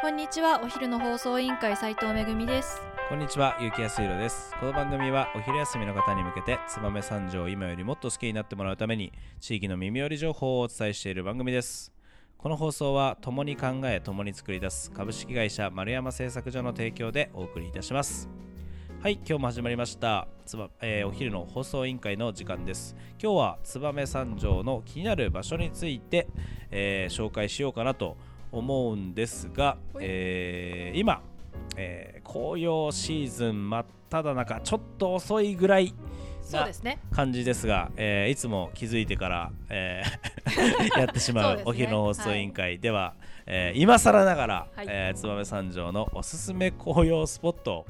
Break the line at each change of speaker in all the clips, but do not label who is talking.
こんにちはお昼の放送委員会斉藤めぐみです
こんにちは、ゆうきやすいろです。この番組はお昼休みの方に向けて、つばめ三条を今よりもっと好きになってもらうために、地域の耳寄り情報をお伝えしている番組です。この放送は、共に考え、共に作り出す株式会社丸山製作所の提供でお送りいたします。はい、今日も始まりました。つばえーお昼の放送委員会の時間です。今日は燕三条の気になる場所について、えー紹介しようかなと思うんですが、
はい
えー今、えー紅葉シーズン真っ只中ちょっと遅いぐらい
そう
な
ですね
感じですが、えーいつも気づいてから、え ーやってしま
そうですね
うお昼の放送委員会では、えー今更ながら、
はい
えー燕三条のおすすめ紅葉スポットを、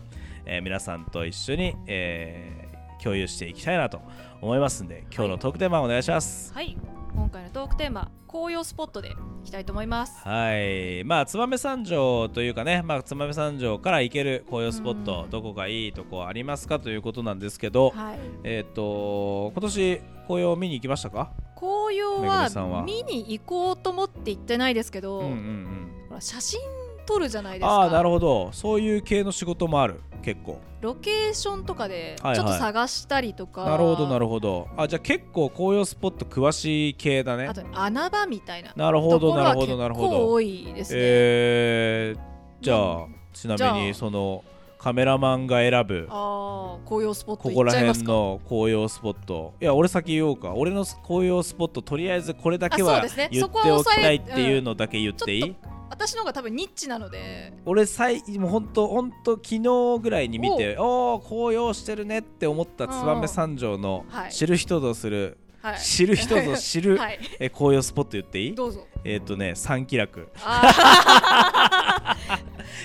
えー皆さんと一緒に、えー共有していきたいなと思いますんで今日のトークテーマお願いします。
はい今回のトークテーマ紅葉スポットでいきたいと思います
はいまあ燕三条というかね、まあ、燕三条から行ける紅葉スポット、
うん
どこがいいとこありますかということなんですけど、
はい
えっ、と今年紅葉見に行きましたか
紅葉
めぐみさん
は
は
見に行こうと思って行ってないですけど、
うんうんうん
ほら写真撮るじゃないですか
ああーなるほどそういう系の仕事もある結構
ロケーションとかでちょ
は
っ
いはい
と探したりとか、
なるほどな
る
るほどあじゃあ結構紅葉スポット詳しい系だね
あと穴場みたいな
なるほ
とこ
ど
ろ
な
が
るほ
結
どなるほ
構
ど
多いですね、
えー、じゃあち
じゃ
なみ
あ
にそのカメラマンが選ぶ
ああ紅葉スポット
こ
行
こ
っ
ら
ちゃいます
辺
か
の紅葉スポットいや俺先言おうか俺の紅葉スポットとりあえずこれだけ
あそ
は
うですね
言
そ
っ
こは
ておき
抑え
たいっていうのだけ言ってい
うん
い
私の方が多分ニッチなので
俺最もうほんとほんと昨日ぐらいに見ておおー紅葉してるねって思った燕三条の
はい
知る人ぞする、
はい
知る人ぞ知 る、
はい
え紅葉スポット言っていい
どう ぞ
えっ、とね三気楽
あ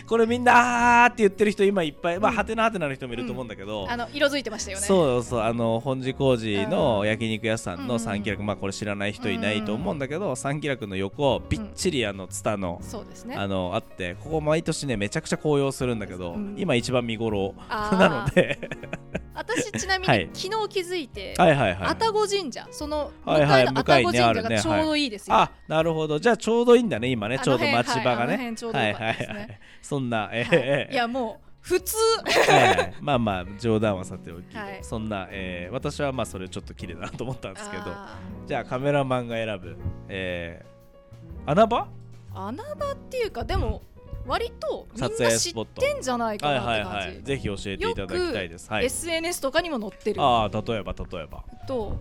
これみんなあーって言ってる人今いっぱいまあ、
うん
はてなはてなの人もいると思うんだけど、
ーあの色づいてましたよねう
そうそうあの本地工事の焼肉屋さん
う
の
ん
三気楽、まあこれ知らない人いないと思うんだけど、三気楽の横びっちりあのツタの、
そうですね
あのあってここ毎年ねめちゃくちゃ紅葉するんだけど、
うん
今一番見頃
あー
なので
私ちなみに、
はい
昨日気づいて、
はいはいはい
愛宕神社その向
はい
か
はい
の愛
い
宕
向かい
神
にあ
社
るね
がちょうどいいですよ、
あなるほどじゃあちょうどいいんだね今ねちょうど
あの辺
町
はい
場が
あの
ね
辺ちょうど
は
よ
い
か
は
ったですね
いはいそんなえ
はいい
え
やもう普通
ええまあまあ冗談はさておき
はい
そんなええ私はまあそれちょっと綺麗だなと思ったんですけど
あ
じゃあカメラマンが選ぶええ穴場
ー穴場っていうかでも割とみんな
撮影
知
スポ
っ
ット
てんじゃないか
はい
なって
は
感
い
じ、
はいぜひ教えていただきたいですはい
SNS とかにも載ってる
ああ例えば例えば
と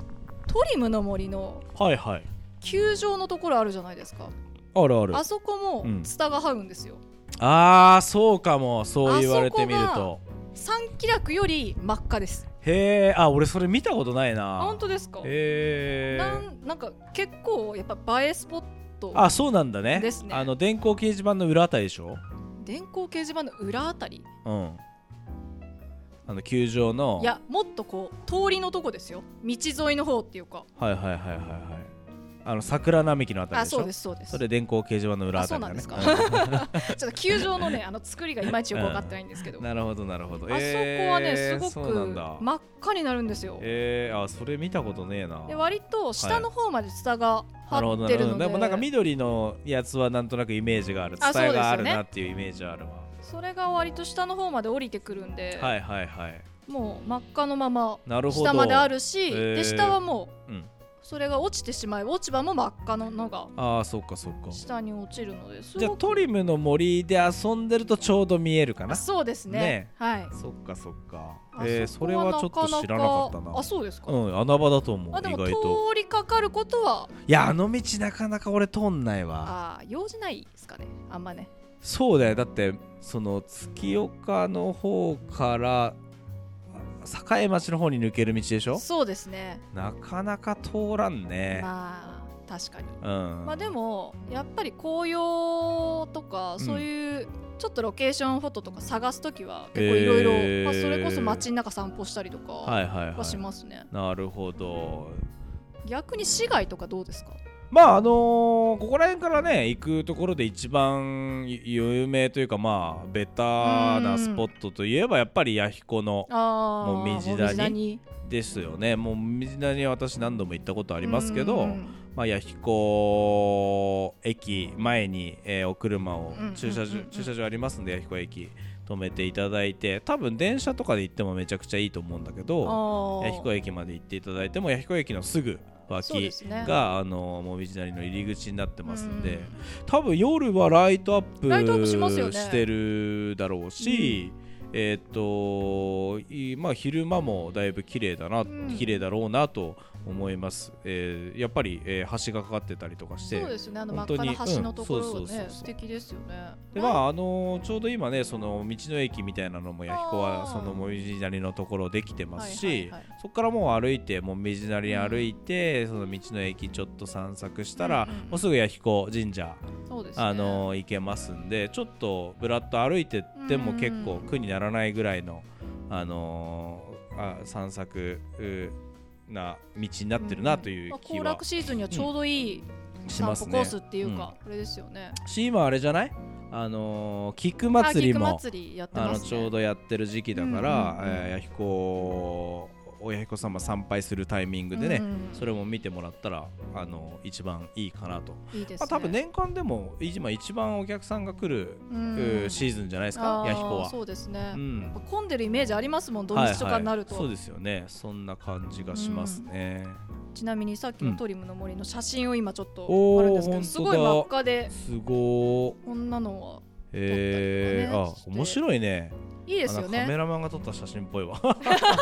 トリムの森の
はいはい
球場のところあるじゃないですか
あるある
あそこも
うん
ツタが這うんですよ、
ああそうかもそう言われてみる
あ
と
そ三気楽より真っ赤です
へえあ俺それ見たことないな
あ本当ですか、
へえ
なんなんか結構やっぱ映えスポット
あそうなんだね
ですね
あの電光掲示板の裏あたりでしょ
電光掲示板の裏あたり
うんあの球場の
いやもっとこう通りのとこですよ道沿いの方っていうか
はいはいはいはいはいあの桜並木のあたり
あ
でしょ
そうですそうです
それ電光掲示板の裏あ
あ
た
そうな
りだ
ん
ね
ですか
うん
ちょっと球場のねあの作りがいまいちよく分かってないんですけど、あ
なるほどなるほ
そ
ど
こはねす
えー
ご
そうなん
く
だ
真っ赤になるんですよ、
えー、あそれ見たことねえな
で割と下の方までツタが
なる
張
ほど
っ
な
て
る
る
ほ
の
ど
で,、
でもなんか緑のやつはなんとなくイメージがある
あ
伝
そうですよね
えがあるなっていうイメージあるわ
それが割と下の方まで降りてくるんで、
はいはいはい
もう真っ赤のまま
なるほど
下まであるし、
へー
で下はもう
うん
それが落ちてしまい落ち葉も真っ赤ののが
ああそっかそっか
下に落ちるのです
じゃあ
ごく
トリムの森で遊んでるとちょうど見えるかな
あそうですね
ね
はい
そっかそっか
あ
えー、そ
こ
れはちょっと知らなかったな
あそうですか、
うん穴場だと思う
あで
意
も
外
通
と
りかかることはい
やあの道なかなか俺通んないわ
あー用事ないですかねあんまね
そうだよだってその月岡の方からあ栄町の方に抜ける道でしょ
そうですね
なかなか通らんね、
まあ確かに
うん
まあでもやっぱり紅葉とか
うん
そういうちょっとロケーションフォトとか探す時は結構いろいろ
へー
まあそれこそ街の中散歩したりと
は
か
いはい
はし
は
ますね
いなるほど
逆に市街とかどうですか
まああのーここら辺からね行くところで一番有名というかまあベタなスポットといえばやっぱり弥彦の
あー
もみじ
も
谷
み谷
ですよねもう水谷は私何度も行ったことあ
あ
りますけど、まあ、弥彦駅前に、えーお車を
うん
駐車場、
うんうんうん
駐車場ありますんで弥彦駅止めていただいて多分電車とかで行ってもめちゃくちゃいいと思うんだけ
あ
ど
ー
弥彦駅まで行っていただいても弥彦駅のすぐ
そう
脇
ですね
が、あのもみじなりの入り口になってますん
う
で、
ん
多分夜はライトアップ
ライトアップしますよね
してるだろうし、えーっ、といまあ昼間もだいぶ綺麗だな、
ん
綺麗だろうなと思います、えーやっぱり、えー橋がかかってたりとかして
そうですねあの真
本
っ赤な
当に
橋のところ
うんそうそうそう
ね
そう
素敵ですよね
でまああのーちょうど今ねその道の駅みたいなのも弥彦
あ
は
ー
そのもみじなりのところできてますし、
はいはいはい
そこからもう歩いてもみじなりに歩いて、その道の駅ちょっと散策したら、
うんうんうん
もうすぐ弥彦神社、
そうですね
あのー行けますんでちょっとぶらっと歩いてっても結構苦にならないぐらいの、あのーあ散策うな道になってるなという気
まあ行
は
楽シーズンにはちょうどいい
し
散歩
ます
コ
ね
ー。スっていうかこれですよね
し今あれじゃないあのー菊
あ
祭り
菊
も
祭りやって
あ
ま
の
すね
ちょうどやってる時期だ
うんう
から、
んうん
えー弥彦お弥彦様参拝するタイミングでね、
うん
それも見てもらったらあの一番いいかなと、
いいです
ま
ね
あ、多分年間でも今一番お客さんが来る、
うん
うシーズンじゃないですか
あー
弥彦は。
そうですね
う
やっ
ん
ぱ混んでるイメージありますもん土日とかになると
はいはいそうですよねそんな感じがしますね、
ちなみにさっき
うん
のトリムの森の写真を今ちょっと
おー
あるんですけどすごい
本当だ
真っ赤です
ごー
こんなのは
えー、
撮ったりとか
あ
ねして
面白いね
いいです
あな
よ
んかカメ
ね
ラマンが撮った写真っ ぽいわ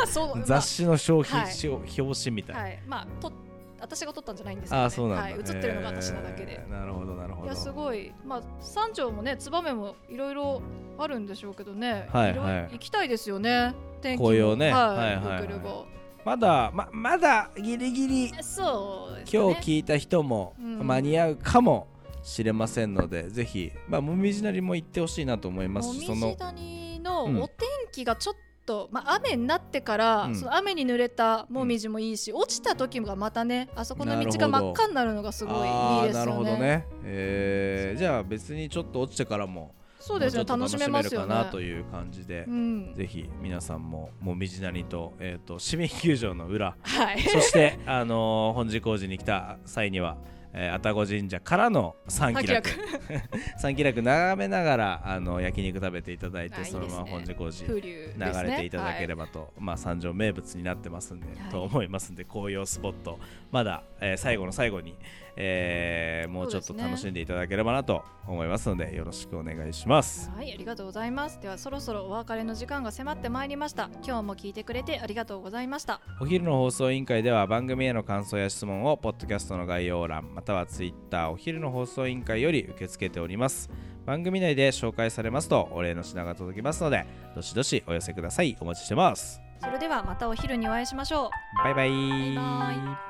そうまあ
雑誌の商品、
はい
し表紙みたいな、
はいまあと私が撮ったんじゃないんですけど、ね、
ああそうなんだ、
はい、映ってるのが私なだけで
え、ーなるほどなるほ
い
ど
やすごいまあ三条もね燕もいろいろあるんでしょうけどね、
はい
ろ
はい
行きたいですよね天気も
紅葉ね
はい
はいはいはい
良ければ
まだままだギリギリ
そうですね
今日聞いた人も
うん
間に合うかもしれませんので、ぜひまあもみじなりも行ってほしいなと思いますしそ
もみ
の
じ谷の
うん
お天気がちょっと、まあ、雨になってから、
うん
その雨に濡れたもみじもいいし、落ちた時がまたねあそこの道が真っ赤になるのがすごいい
あ
い
ー
です
なる
よ
ほど
ね。
ね、えー、じゃあ別にちょっと落ちてからも
そうです
も
ね
うちょっと
楽しめますよ
楽しめるかな
ね。
という感じで
う、ん、
ぜひ皆さんももみじなりと,、えー、と市民球場の 裏
はい
そして、あのー本寺工事に来た際には、えー、愛宕神社からの 三気楽
三
三気楽眺めながらあの焼肉食べていただいて
あいいです
そ
ね
のまま本寺工事
風流ですね
流れていただけれ
ば、
ばと、まあ三条名物になってますんで、
はい
と思いますんで紅葉スポットまだ、えー最後の最後に、えーもうちょっ
そ
と
うですね
楽しんでいただければなと思いますのでよろしくお願いします。
はい、はい、ありがとうございますではそろそろお別れの時間が迫ってまいりました今日も聞いてくれてありがとうございました
お昼の放送委員会では番組への感想や質問をポッドキャストの概要欄またはツイッターお昼の放送委員会より受け付けております番組内で紹介されますとお礼の品が届きますのでどしどしお寄せくださいお待ちしてます
それではまたお昼にお会いしましょう
バイバイ
バイバイ